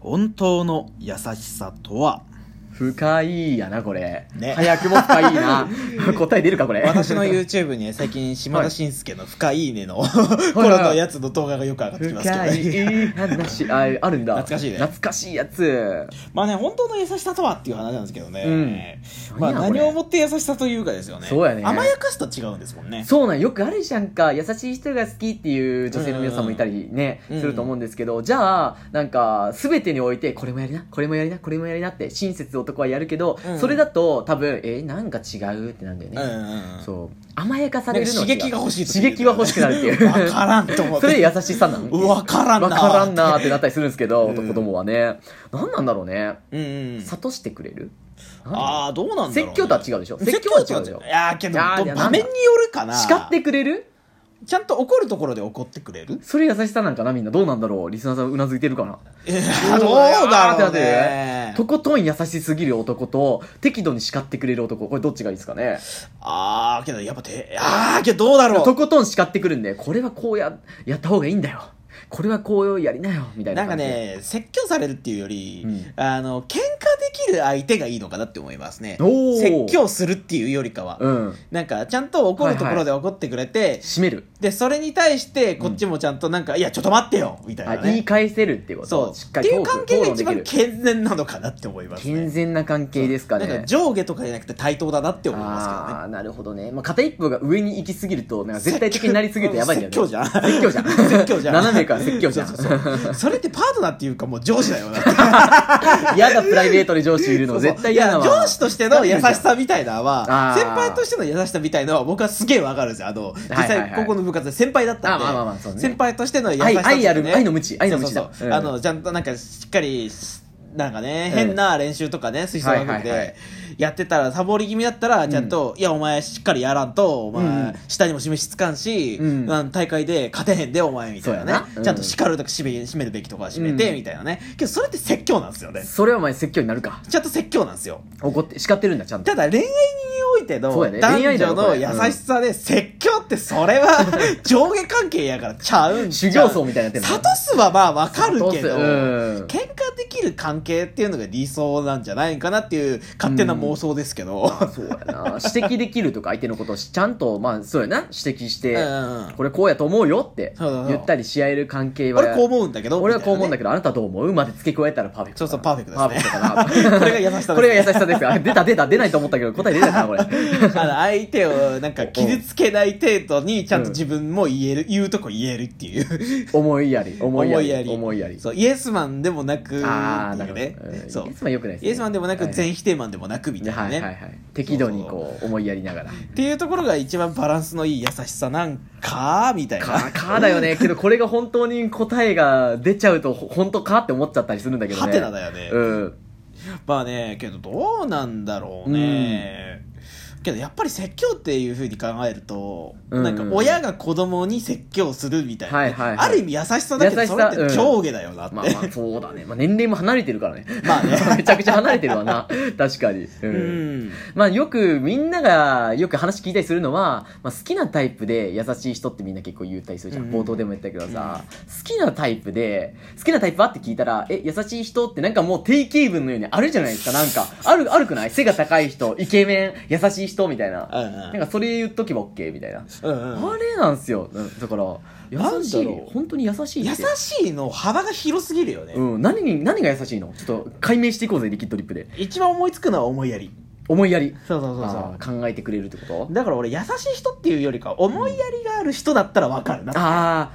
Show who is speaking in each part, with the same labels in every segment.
Speaker 1: 本当の優しさと は
Speaker 2: 深いやな、これ。
Speaker 1: ね
Speaker 2: 早くも深い な。答え出るか、これ。
Speaker 1: 私の YouTube にね最近島田紳介の「深いいねの」 頃のやつの動画がよく上がってきますけど
Speaker 2: 深い、
Speaker 1: ね
Speaker 2: いい話、あ、あるんだ。
Speaker 1: 懐かしいね
Speaker 2: 懐かしいやつ。
Speaker 1: まあね本当の優しさとはっていう話なんですけどね、
Speaker 2: うん
Speaker 1: まあ
Speaker 2: 何やこ
Speaker 1: 何
Speaker 2: れ
Speaker 1: をもって優しさというかですよね
Speaker 2: そうやね
Speaker 1: 甘やかしと違うんですもんね
Speaker 2: そうなんよくあるじゃんか優しい人が好きっていう女性の皆さんもいたりね、
Speaker 1: うん
Speaker 2: すると思うんですけど、じゃあなんか全てにおいてこれもやりなこれもやりなこれもやりなって親切男はやるけど、
Speaker 1: うん
Speaker 2: それだと多分えー、なんか違うってなんだよ
Speaker 1: うんう
Speaker 2: ね、
Speaker 1: んうん
Speaker 2: そう甘やかされるのは
Speaker 1: なん
Speaker 2: 違
Speaker 1: か
Speaker 2: う
Speaker 1: 刺激が欲しいと
Speaker 2: 刺激は欲しくなるっていう
Speaker 1: わからんと思っ
Speaker 2: そ
Speaker 1: て
Speaker 2: れ優しさなん
Speaker 1: わからんな
Speaker 2: わからんなーってなったりするんですけど、
Speaker 1: うん
Speaker 2: 男どもはね何なんだろうね
Speaker 1: うんうん
Speaker 2: 諭してくれるなんだろう
Speaker 1: ああどうなんだろう、ね、
Speaker 2: 説教とは違うでしょ
Speaker 1: 説
Speaker 2: 説
Speaker 1: 教
Speaker 2: 教
Speaker 1: は
Speaker 2: は
Speaker 1: 違
Speaker 2: 違
Speaker 1: う
Speaker 2: う
Speaker 1: で
Speaker 2: で
Speaker 1: し
Speaker 2: し
Speaker 1: ょ
Speaker 2: ょ
Speaker 1: いやーけど
Speaker 2: いやーいや
Speaker 1: 場面によるかな
Speaker 2: 叱ってくれる
Speaker 1: ちゃんと怒るところで怒ってくれる
Speaker 2: それ優しさなんかなみんなどうなんだろうリスナーさんうなずいてるかな
Speaker 1: えー どうだろうね
Speaker 2: とことん優しすぎる男と適度に叱ってくれる男これどっちがいいですかね
Speaker 1: ああけどやっぱてああけどどうだろ
Speaker 2: と
Speaker 1: う
Speaker 2: ことん叱ってくるんでこれはこうややった方がいいんだよこれはこうやりなよみたい
Speaker 1: な
Speaker 2: な
Speaker 1: か
Speaker 2: ん感じで
Speaker 1: ね説教されるっていうより、
Speaker 2: うん
Speaker 1: あの喧嘩できる相手がいいのかなって思いますね
Speaker 2: おー
Speaker 1: 説教するっていうよりかは、
Speaker 2: うん
Speaker 1: なんかちゃんと怒るところで怒ってくれて、
Speaker 2: 締める、
Speaker 1: でそれに対してこっちもちゃんとなんか、いやちょっと待ってよみたいな、
Speaker 2: あ
Speaker 1: ね、
Speaker 2: 言い返せるっていうこと
Speaker 1: そう。
Speaker 2: しっ
Speaker 1: っ
Speaker 2: かり
Speaker 1: ていう
Speaker 2: トーク
Speaker 1: 関係が
Speaker 2: 討論
Speaker 1: 一
Speaker 2: でき
Speaker 1: 番
Speaker 2: る
Speaker 1: 健全なのかなって思いますね。
Speaker 2: 健全な関係ですかね
Speaker 1: なんか上下とかじゃなくて対等だなって思いますけど
Speaker 2: あ
Speaker 1: ね。
Speaker 2: あーなるほどね、まあ、片一方が上に行きすぎるとなんか絶対的になりすぎるとやばいんだよね
Speaker 1: 説教じゃん。
Speaker 2: 説教じゃん
Speaker 1: 説教じゃん。
Speaker 2: 斜めから説教じゃん
Speaker 1: そうそうそうそれってパートナーっていうかもう上司だよな。
Speaker 2: 嫌だプライベートで上司いるの絶対嫌だわ
Speaker 1: いや上司としての優しさみたいなのは
Speaker 2: あー
Speaker 1: 先輩としての優しさみたいなのは僕はすげえわかるんですよあの実
Speaker 2: はいは
Speaker 1: 際
Speaker 2: いはい
Speaker 1: 高校の部活で先輩だったんで、
Speaker 2: あまあまあまあそうね
Speaker 1: 先輩としての優しさとかね、
Speaker 2: 愛愛ある愛の無知愛の無知だ
Speaker 1: そうそうそう
Speaker 2: うん
Speaker 1: あのちゃんとなんかしっかりなんかね、
Speaker 2: うん
Speaker 1: 変な練習とかね吹奏楽部
Speaker 2: はいはいは
Speaker 1: で
Speaker 2: い
Speaker 1: やってたらサボり気味だったらちゃんと、いやお前しっかりやらんとお
Speaker 2: うんう
Speaker 1: 前
Speaker 2: ん
Speaker 1: 下にも示しつかんし、
Speaker 2: うん
Speaker 1: なん大会で勝てへんでお前みたいなね
Speaker 2: そうやなうん
Speaker 1: ちゃんと叱るとか締め締めるべきとかは締めて、
Speaker 2: うん
Speaker 1: みたいなねけどそれって説教なんですよね
Speaker 2: それはお前説教になるか
Speaker 1: ちゃんと説教なんですよ
Speaker 2: 怒って叱ってるんだちゃんと
Speaker 1: ただ恋愛においての
Speaker 2: そう
Speaker 1: 男
Speaker 2: やね恋愛だ
Speaker 1: 女
Speaker 2: よ
Speaker 1: の
Speaker 2: これ
Speaker 1: 優しさで説教ってそれ は上下関係やからちゃうん
Speaker 2: 修行僧みたいになってる
Speaker 1: 諭すはまあわかるけど、
Speaker 2: 諭すうん
Speaker 1: 喧嘩できる関係っていうのが理想なんじゃないかなっていう勝手な妄想ですけど、
Speaker 2: そうやな指摘できるとか相手のことをしちゃんとまあそうやな指摘して、
Speaker 1: うんうん
Speaker 2: これこうやと思うよって
Speaker 1: そうそうそう
Speaker 2: 言ったりし合える関係は
Speaker 1: 俺こう思うんだけど
Speaker 2: 俺はこう思うんだ
Speaker 1: け
Speaker 2: けど、あなたどう思うまで付け加えたらパーフェクト
Speaker 1: そう
Speaker 2: だな
Speaker 1: そうパーフェク
Speaker 2: パ
Speaker 1: ト
Speaker 2: ーフ
Speaker 1: です
Speaker 2: ェ
Speaker 1: ね
Speaker 2: クトだな
Speaker 1: これが優しさ
Speaker 2: これが
Speaker 1: で
Speaker 2: 優
Speaker 1: す
Speaker 2: しさですよあ出た出た出ないと思ったけど答え出ないかなこれ
Speaker 1: あの相手をなんか傷つけない程度にちゃんと自分も言える、言うとこ言えるっていう
Speaker 2: 思いやり思いや
Speaker 1: 思い
Speaker 2: り
Speaker 1: やり
Speaker 2: 思いやり
Speaker 1: そうイエスマンでもなく
Speaker 2: ああ
Speaker 1: っ
Speaker 2: な
Speaker 1: てい
Speaker 2: る
Speaker 1: う
Speaker 2: ほど、
Speaker 1: ね
Speaker 2: うん
Speaker 1: そう
Speaker 2: イエスマンよくないですね
Speaker 1: イエスマンでもな
Speaker 2: は
Speaker 1: く
Speaker 2: い
Speaker 1: 全否定マンでもなくみたいな
Speaker 2: はい
Speaker 1: ね、
Speaker 2: はいはい適度にこう思いやりながら
Speaker 1: っていうところが一番バランスのいい優しさなんかみたいな
Speaker 2: かかだよねけどこれが本当に答えが出ちゃうとほ本当かって思っちゃったりするんだけどね
Speaker 1: ハテナだよね
Speaker 2: うん
Speaker 1: まあねけどどうなんだろうね、けどやっぱり説教っていうふうに考えると、
Speaker 2: うん
Speaker 1: なんか親が子供に説教するみたいな、
Speaker 2: はいはいはい
Speaker 1: ある意味優しさだけど
Speaker 2: 優し
Speaker 1: そ
Speaker 2: さ
Speaker 1: れって
Speaker 2: うん
Speaker 1: 上下だよなって、
Speaker 2: まあまあそうだね、まあ、年齢も離れてるからね
Speaker 1: まあね
Speaker 2: めちゃくちゃ離れてるわな確かにう、
Speaker 1: うんん
Speaker 2: まあよくみんながよく話聞いたりするのは、まあ、好きなタイプで優しい人ってみんな結構言ったりするじゃん、
Speaker 1: うん
Speaker 2: 冒頭でも言ったけどさ、好きなタイプで好きなタイプはって聞いたらえ優しい人ってなんかもう定型文のようにあるじゃないですかなんかあるあるくない背が高い人イケメン優しい人みたいな、
Speaker 1: うんうん
Speaker 2: なんかそれ言っとけば OK みたいな、
Speaker 1: うんうん
Speaker 2: あれなんすよなだから優し
Speaker 1: なん
Speaker 2: い
Speaker 1: だろう
Speaker 2: 本当に優しいって
Speaker 1: 優しいの幅が広すぎるよね、
Speaker 2: うん、何に何が優しいのちょっと解明していこうぜリキッドリップで
Speaker 1: 一番思いつくのは思いやり
Speaker 2: 思いやり
Speaker 1: そうそうそうそう
Speaker 2: あー考えてくれるってこと
Speaker 1: だから俺優しい人っていうよりか思いやりがある人だったらわかるな、
Speaker 2: あ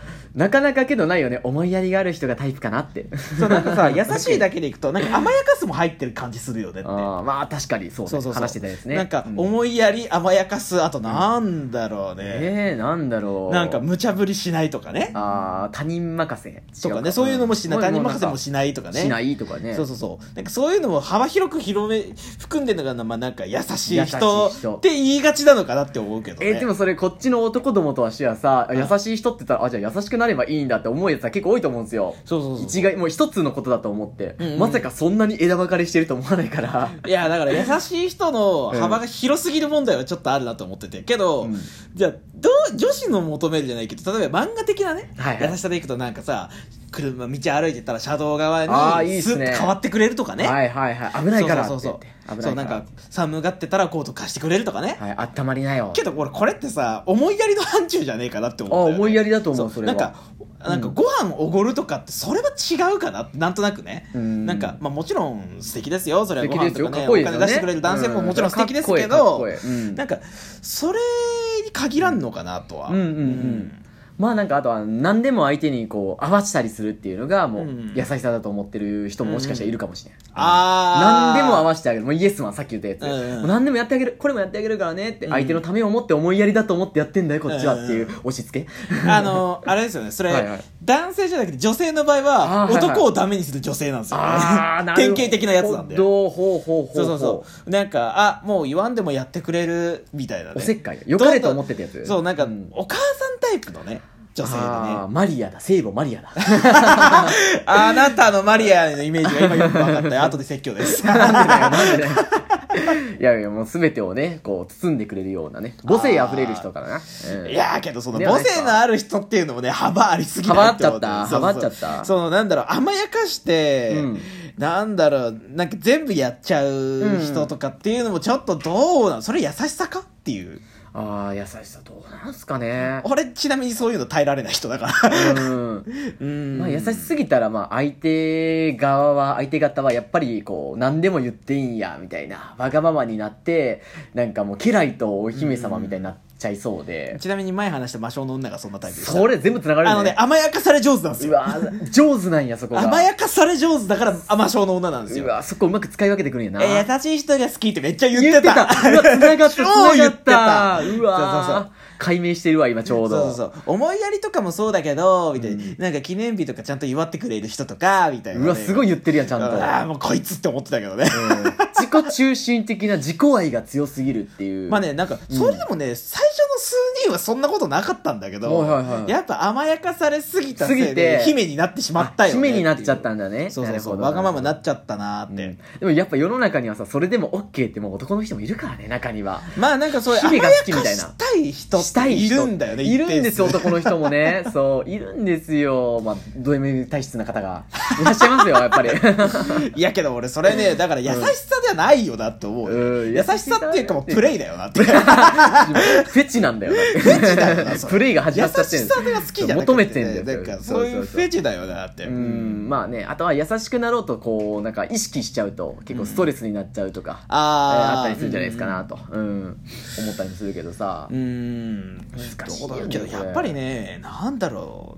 Speaker 2: あなかなかけどないよね思いやりがある人がタイプかなって
Speaker 1: そうなんか さ優しいだけでいくとなんか甘やかすも入ってる感じするよねって
Speaker 2: あーまあ確かにそう,、ね、
Speaker 1: そうそうそう
Speaker 2: 話してたやつね
Speaker 1: なんか
Speaker 2: う
Speaker 1: 思いやり甘やかすあとなんだろうね、
Speaker 2: えー、なんだろう
Speaker 1: なんか無茶ぶりしないとかね
Speaker 2: ああ他人任せ
Speaker 1: とかねそういうのもしない他人任せもし
Speaker 2: ない
Speaker 1: ないとかね
Speaker 2: しないとかね
Speaker 1: そうそうそうなんかそういうのも幅広く広め含んでるのがなまあなんか優しい
Speaker 2: 優しい
Speaker 1: 人
Speaker 2: 人
Speaker 1: って言いがちなのかなって思うけどね
Speaker 2: えーでもそれこっちの男どもとはしてはさ
Speaker 1: ん
Speaker 2: 優しい人って言ったらあじゃあ優しくなればいいんだって思うやつは結構多いと思うんですよ
Speaker 1: そうそうそう
Speaker 2: 一概もう一つのことだと思って、
Speaker 1: うんうん
Speaker 2: まさかそんなに枝分かれしてると思わないから
Speaker 1: いやだから優しい人の幅が広すぎる問題はちょっとあるなと思っててけど、
Speaker 2: うん
Speaker 1: じゃあどう女子の求めるじゃないけど例えば漫画的なね、
Speaker 2: はいはい
Speaker 1: 優しさでいくとなんかさ車道歩いてたら車道
Speaker 2: あ
Speaker 1: 側
Speaker 2: ー
Speaker 1: に
Speaker 2: いいっ
Speaker 1: ス
Speaker 2: す
Speaker 1: ッ
Speaker 2: ね
Speaker 1: と変わってくれると かね、
Speaker 2: はいはいはい危ないからって
Speaker 1: そ
Speaker 2: 言
Speaker 1: うそ
Speaker 2: っ
Speaker 1: う
Speaker 2: て
Speaker 1: そう
Speaker 2: 危
Speaker 1: そ
Speaker 2: な
Speaker 1: う
Speaker 2: いか
Speaker 1: なん
Speaker 2: ら
Speaker 1: か寒がってたらコート貸してくれるとかね、
Speaker 2: はいあったまりなよ
Speaker 1: けど俺これってさ思いやりの範疇じゃねえかなって思うんだよね、
Speaker 2: あ思いやりだと思うそれは
Speaker 1: なんかなんかご飯おごるとかってそれは違うかななんとなくね
Speaker 2: うん
Speaker 1: なんか、まあ、もちろん素敵ですよそれは
Speaker 2: 素
Speaker 1: ご
Speaker 2: 敵で
Speaker 1: 飯と
Speaker 2: すよ
Speaker 1: かね
Speaker 2: かっこいい
Speaker 1: お
Speaker 2: です
Speaker 1: 金
Speaker 2: よね
Speaker 1: 出してくれる男性ももちろん素敵ですけ
Speaker 2: うんかっ
Speaker 1: ど、
Speaker 2: こいいかっこいいうん
Speaker 1: なんかそれに限らんのかなとは
Speaker 2: うんうんうんまあなんかあとは何でも相手にこう合わせたりするっていうのがも
Speaker 1: う
Speaker 2: う
Speaker 1: ん
Speaker 2: 優しさだと思ってる人ももしかしたらいるかもしれない、
Speaker 1: あー
Speaker 2: 何でも合わせてあげるもうイエスマンさっき言ったやつ、
Speaker 1: うんうん
Speaker 2: もう何でもやってあげるこれもやってあげるからねって
Speaker 1: うん
Speaker 2: 相手のためを思って思いやりだと思ってやってんだよこっちはっていう押 し付け、
Speaker 1: あのあれですよねそれ、
Speaker 2: はいはい
Speaker 1: 男性じゃなくて女性の場合
Speaker 2: あ
Speaker 1: は
Speaker 2: ーはいはい
Speaker 1: 男をダメにする女性なんですよね、
Speaker 2: ああなる
Speaker 1: 典
Speaker 2: ほど
Speaker 1: 型的なやつなんだよ
Speaker 2: ほうほうほうほう
Speaker 1: そうそうそうなんかあもう言わんでもやってくれるみたいなね
Speaker 2: おせっかいよかれと思ってたや
Speaker 1: どん
Speaker 2: つ
Speaker 1: どんそうなんか、
Speaker 2: ん
Speaker 1: お母さんタイプのね女性
Speaker 2: あ
Speaker 1: だ
Speaker 2: ー
Speaker 1: ね
Speaker 2: マリアだ聖母マリアだ
Speaker 1: あなたのマリアのイメージが今よく分かったよ後で説教です
Speaker 2: なんでだよ なんでだよいやいやもう全てをねこう包んでくれるようなね母性あふれる人からな、うん
Speaker 1: いやーけどその
Speaker 2: では
Speaker 1: 母
Speaker 2: ないですか
Speaker 1: 性のある人っていうのもね幅ありすぎない思
Speaker 2: 幅あっちゃっ
Speaker 1: そうそ
Speaker 2: た
Speaker 1: うそう
Speaker 2: 幅あっちゃった
Speaker 1: そのなんだろう甘やかして、
Speaker 2: うん
Speaker 1: なんだろうなんか全部やっちゃう人とかっていうのもちょっとどうなのそれ優しさかっていう
Speaker 2: ああ優しさどうなんすかね
Speaker 1: 俺ちなみにそういうの耐えられない人だから
Speaker 2: うん
Speaker 1: うん
Speaker 2: まあ優しすぎたらまあ相手側は相手方はやっぱりこう何でも言っていいんやみたいなわがままになってなんかもう家来とお姫様みたいになっちゃいそうで、
Speaker 1: ちなみに前話した魔性の女がそんなタイプでした。
Speaker 2: それ全部つながる
Speaker 1: あ
Speaker 2: よ
Speaker 1: の
Speaker 2: ね
Speaker 1: ね、甘やかされ上手なんです
Speaker 2: う
Speaker 1: よ。
Speaker 2: わ上手なんやそこが
Speaker 1: 甘やかされ上手だからあ魔性の女なんです
Speaker 2: う
Speaker 1: よ。
Speaker 2: わそこうまく使い分けてくるんやな、
Speaker 1: えー優しい人が好きってめっちゃ言ってた。
Speaker 2: うわ繋が
Speaker 1: 超
Speaker 2: った繋が
Speaker 1: 言
Speaker 2: っ
Speaker 1: って
Speaker 2: た
Speaker 1: た
Speaker 2: うわ
Speaker 1: そうそうそう
Speaker 2: 解明してるわ今ちょうど
Speaker 1: そうそうそう思いやりとかもそうだけどみたいな,、なんか記念日とかちゃんと祝ってくれる人とかみたいなね、
Speaker 2: うわすごい言ってるやんちゃんと
Speaker 1: ああもうこいつって思ってたけどね、
Speaker 2: うん自己中心的な自己愛が強すぎるってい う
Speaker 1: まあねなんかそれでもね、最初の数人はそんなことなかったんだけど、
Speaker 2: はいはいはい
Speaker 1: やっぱ甘やかされすぎたせい
Speaker 2: すぎ
Speaker 1: で
Speaker 2: て
Speaker 1: 姫になってしまったよね
Speaker 2: 姫になっちゃった
Speaker 1: ん
Speaker 2: んだね
Speaker 1: そうそうそう
Speaker 2: な
Speaker 1: わ
Speaker 2: るほど
Speaker 1: がままなっちゃったなーって、
Speaker 2: うんでもやっぱ世の中にはさそれでも OK ってもう男の人もいるからね中には
Speaker 1: まあなんかそういう甘
Speaker 2: 姫
Speaker 1: や
Speaker 2: が
Speaker 1: か
Speaker 2: 好きみたいな
Speaker 1: したい人っ
Speaker 2: した
Speaker 1: て
Speaker 2: い
Speaker 1: い
Speaker 2: 人
Speaker 1: るんだよね
Speaker 2: いるんですよ
Speaker 1: 一定数
Speaker 2: 男の人 もねそういるんですよまあド M 体質な方がいらっしゃいますよやっぱり
Speaker 1: いやけど俺それねだから優しさじゃないよなって思うよ、
Speaker 2: う ん
Speaker 1: 優しさっていうかもうプレイだよな って
Speaker 2: フェチなんだよフェ
Speaker 1: チだよなそれ
Speaker 2: プレイが始
Speaker 1: 優
Speaker 2: ま
Speaker 1: し
Speaker 2: っちゃってる
Speaker 1: さが好きじゃなくて、
Speaker 2: 求めてんだよ
Speaker 1: なんかそういうフェチだよなって
Speaker 2: う、んまあねあとは優しくなろうとこうなんか意識しちゃうと結構ストレスになっちゃうとか、えー
Speaker 1: あー
Speaker 2: あったりするんじゃないですかなと、うん思ったりもするけどさ、
Speaker 1: うん
Speaker 2: 難しい
Speaker 1: ど
Speaker 2: よね
Speaker 1: うだろうけど
Speaker 2: これ
Speaker 1: やっぱりねなんだろう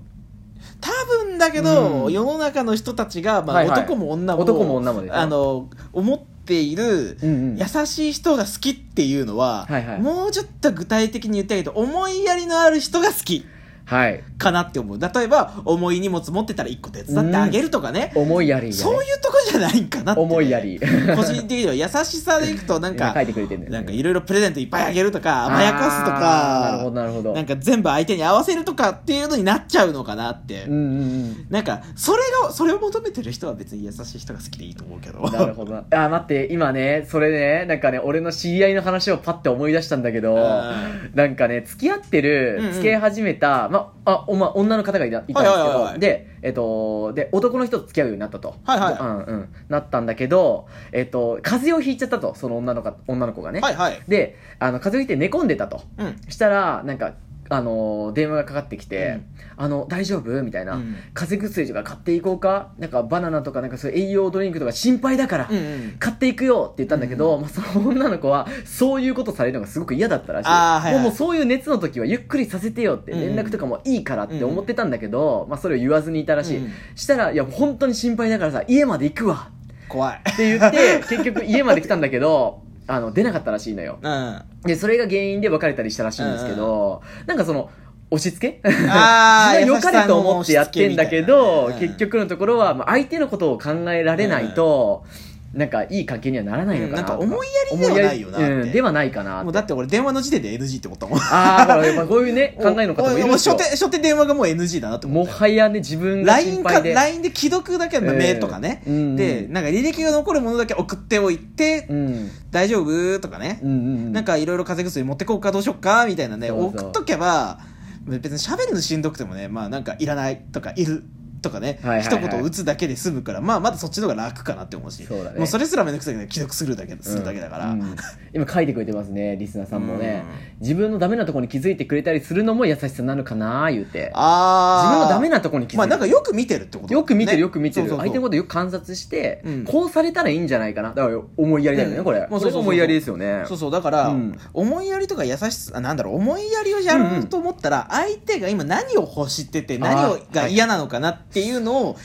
Speaker 1: 多分だけど、
Speaker 2: うん
Speaker 1: 世の中の人たちが、まあ
Speaker 2: はいはい
Speaker 1: 男も女も
Speaker 2: 男も女もですよ
Speaker 1: あの思っている
Speaker 2: うんうん
Speaker 1: 優しい人が好きっていうのは、
Speaker 2: はいはい
Speaker 1: もうちょっと具体的に言ってあげると思いやりのある人が好き
Speaker 2: はい
Speaker 1: かなって思う例えば重い荷物持ってたら1個手伝ってあげるとかね、
Speaker 2: 思いやりがね
Speaker 1: そういうとこじゃないんかなって、ね、
Speaker 2: 思いやり
Speaker 1: 個人的には優しさでいくとなん
Speaker 2: 今
Speaker 1: か
Speaker 2: 書いてくれてるんだよね
Speaker 1: なんかいろいろプレゼントいっぱいあげるとか甘やかすと
Speaker 2: あーなるほど
Speaker 1: か
Speaker 2: なるほど
Speaker 1: なんか全部相手に合わせるとかっていうのになっちゃうのかなって、
Speaker 2: うんうん
Speaker 1: なんかそれがそれを求めてる人は別に優しい人が好きでいいと思うけど
Speaker 2: うんなるほどなあー待って今ねそれねなんかね俺の知り合いの話をパッて思い出したんだけど
Speaker 1: うん
Speaker 2: なんかね付き合ってる、
Speaker 1: うんうん
Speaker 2: 付き合い始めた、まあおま、女の方がいたいたんですけど、
Speaker 1: はいはいはいはい
Speaker 2: で,、えっとで男の人と付き合うようになったと、
Speaker 1: はいはい
Speaker 2: うんうん、なったんだけど、えっと風邪をひいちゃったとその女のか女の子がね、
Speaker 1: はいはい
Speaker 2: であの風邪をひいて寝込んでたと
Speaker 1: うん
Speaker 2: したらなんかあの電話がかかってきて
Speaker 1: うん
Speaker 2: 「あの大丈夫?」みたいな、
Speaker 1: うん
Speaker 2: 風邪薬とか買っていこうかなんかバナナとかなんかそういう栄養ドリンクとか心配だから、
Speaker 1: うんうん
Speaker 2: 買っていくよって言ったんだけど、まあ、その女の子はそういうことされるのがすごく嫌だったらしい,、
Speaker 1: あーはいはい
Speaker 2: もうもうそういう熱の時はゆっくりさせてよって
Speaker 1: うんうん
Speaker 2: 連絡とかもいいからって思ってたんだけど、まあ、それを言わずにいたらしい、
Speaker 1: うん
Speaker 2: したら「いや本当に心配だからさ家まで行くわ」
Speaker 1: 怖い
Speaker 2: って言って 結局家まで来たんだけどあの出なかったらしいのよ
Speaker 1: うんあ
Speaker 2: でそれが原因で別れたりしたらしいんですけど、なんかその押し付け
Speaker 1: あ
Speaker 2: 自分は良かれと思ってやってんだけど、結
Speaker 1: 局
Speaker 2: 局のところは、まあ、相手のことを考えられないと、なんかいい関係にはならないのかなとか、
Speaker 1: うんなんか思いやりではないよな
Speaker 2: 思やり
Speaker 1: って
Speaker 2: うんではないかな
Speaker 1: もうだって俺電話の時点で NG って思った もん
Speaker 2: ああだからやっぱこういうね考えの方もい
Speaker 1: も
Speaker 2: るんで
Speaker 1: う
Speaker 2: す
Speaker 1: 初
Speaker 2: よ
Speaker 1: 手初手電話がもう NG だなと思っ
Speaker 2: も
Speaker 1: て
Speaker 2: はやね自分が心
Speaker 1: LINE か
Speaker 2: 配で
Speaker 1: LINE で既読だけのメールとかね、
Speaker 2: うんうん
Speaker 1: でなんか履歴が残るものだけ送っておいて、
Speaker 2: うんうん
Speaker 1: 大丈夫とかね
Speaker 2: う、ん
Speaker 1: なんかいろいろ風邪薬持ってこうかどうしようかみたいなね
Speaker 2: そうそう
Speaker 1: 送っとけば別に喋るのしんどくてもねまあなんかいらないとかいるとかね、
Speaker 2: はいはいはい
Speaker 1: 一言打つだけで済むからまあまだそっちの方が楽かなって思うし
Speaker 2: そうだね
Speaker 1: もうそれすらめんどくさいけど既読するだけするだけだから、
Speaker 2: うんうん今書いてくれてますねリスナーさんもね
Speaker 1: う
Speaker 2: 自分のダメなとこに気づいてくれたりするのも優しさなのかな言うて
Speaker 1: ああ
Speaker 2: 自分のダメなとこに気づいて
Speaker 1: まあなんかよく見てるってことだね、
Speaker 2: よく見てるよく見てる、
Speaker 1: そうそうそう
Speaker 2: 相手のことよく観察して、
Speaker 1: うん
Speaker 2: こうされたらいいんじゃないかなだから思いやりだよね、
Speaker 1: うん
Speaker 2: これ
Speaker 1: もう
Speaker 2: こ
Speaker 1: そうそうそう
Speaker 2: れが思いやりですよね
Speaker 1: そうそうだから、
Speaker 2: うん
Speaker 1: 思いやりとか優しさあなんだろう思いやりをやると思ったら、相手が今何を欲してて何をが嫌なのかなっていうのを考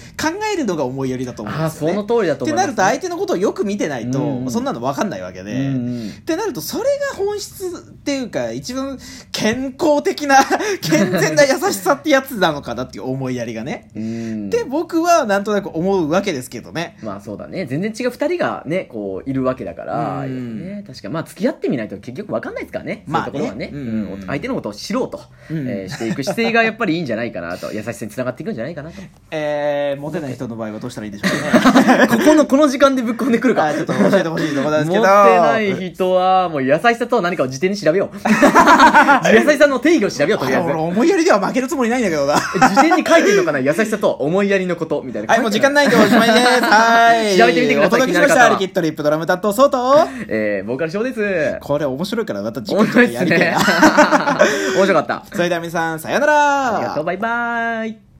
Speaker 1: えるのが思いやりだと思うん
Speaker 2: ああ
Speaker 1: で
Speaker 2: ー
Speaker 1: す
Speaker 2: そ
Speaker 1: よね。
Speaker 2: の通りだ
Speaker 1: っ
Speaker 2: と
Speaker 1: て
Speaker 2: 思
Speaker 1: な
Speaker 2: います、
Speaker 1: ると相手のことをよく見てないと、
Speaker 2: うん
Speaker 1: そんなの分かんないわけで。
Speaker 2: うんうん
Speaker 1: ってなるとそれが本質っていうか一番健康的 な健全な優しさってやつなのかなっていう思いやりがね。
Speaker 2: うん
Speaker 1: で僕はなんとなく思うわけですけどね。
Speaker 2: まあそうだね全然違う2人がねこういるわけだから、
Speaker 1: うん
Speaker 2: ね、確かまあ付き合ってみないと結局分かんないですからね、
Speaker 1: まあ
Speaker 2: そ
Speaker 1: ね
Speaker 2: ういうところはね、
Speaker 1: うん
Speaker 2: うん相手のことを知ろうと、
Speaker 1: うん
Speaker 2: えーしていく姿勢がやっぱりいいんじゃないかなと優しさにつながっていくんじゃないか なとこ
Speaker 1: えー、モテない人の場合はどうしたらいいんでしょう かね。
Speaker 2: このこの時間でぶっ込んでくるか
Speaker 1: あーちょっと教えてほしいところなんですけ
Speaker 2: 持
Speaker 1: ど。
Speaker 2: ってない人はもう優しさとは何かを辞典に調べよ う優しさの定義を調べようと
Speaker 1: あ
Speaker 2: り
Speaker 1: れ
Speaker 2: あえず
Speaker 1: 俺思いやりでは負けるつもりないんだ けどな。
Speaker 2: 辞典に書いてるのかな優しさと思いやりのことみたいな
Speaker 1: はい、もう時間
Speaker 2: い、
Speaker 1: ないんでおしまい です。はい。
Speaker 2: 調べてみてください
Speaker 1: お届けしまし
Speaker 2: 気にな
Speaker 1: た。
Speaker 2: る方は
Speaker 1: リキッドリップドラム担当、ソウト。
Speaker 2: えー、ボーカル翔です
Speaker 1: これ面白いからまた次
Speaker 2: 面白
Speaker 1: 回
Speaker 2: い
Speaker 1: ちょっとやり
Speaker 2: です
Speaker 1: たい
Speaker 2: ね
Speaker 1: な。
Speaker 2: 面白かった
Speaker 1: それでは皆さん、さようなら。
Speaker 2: ありがとうバイバイ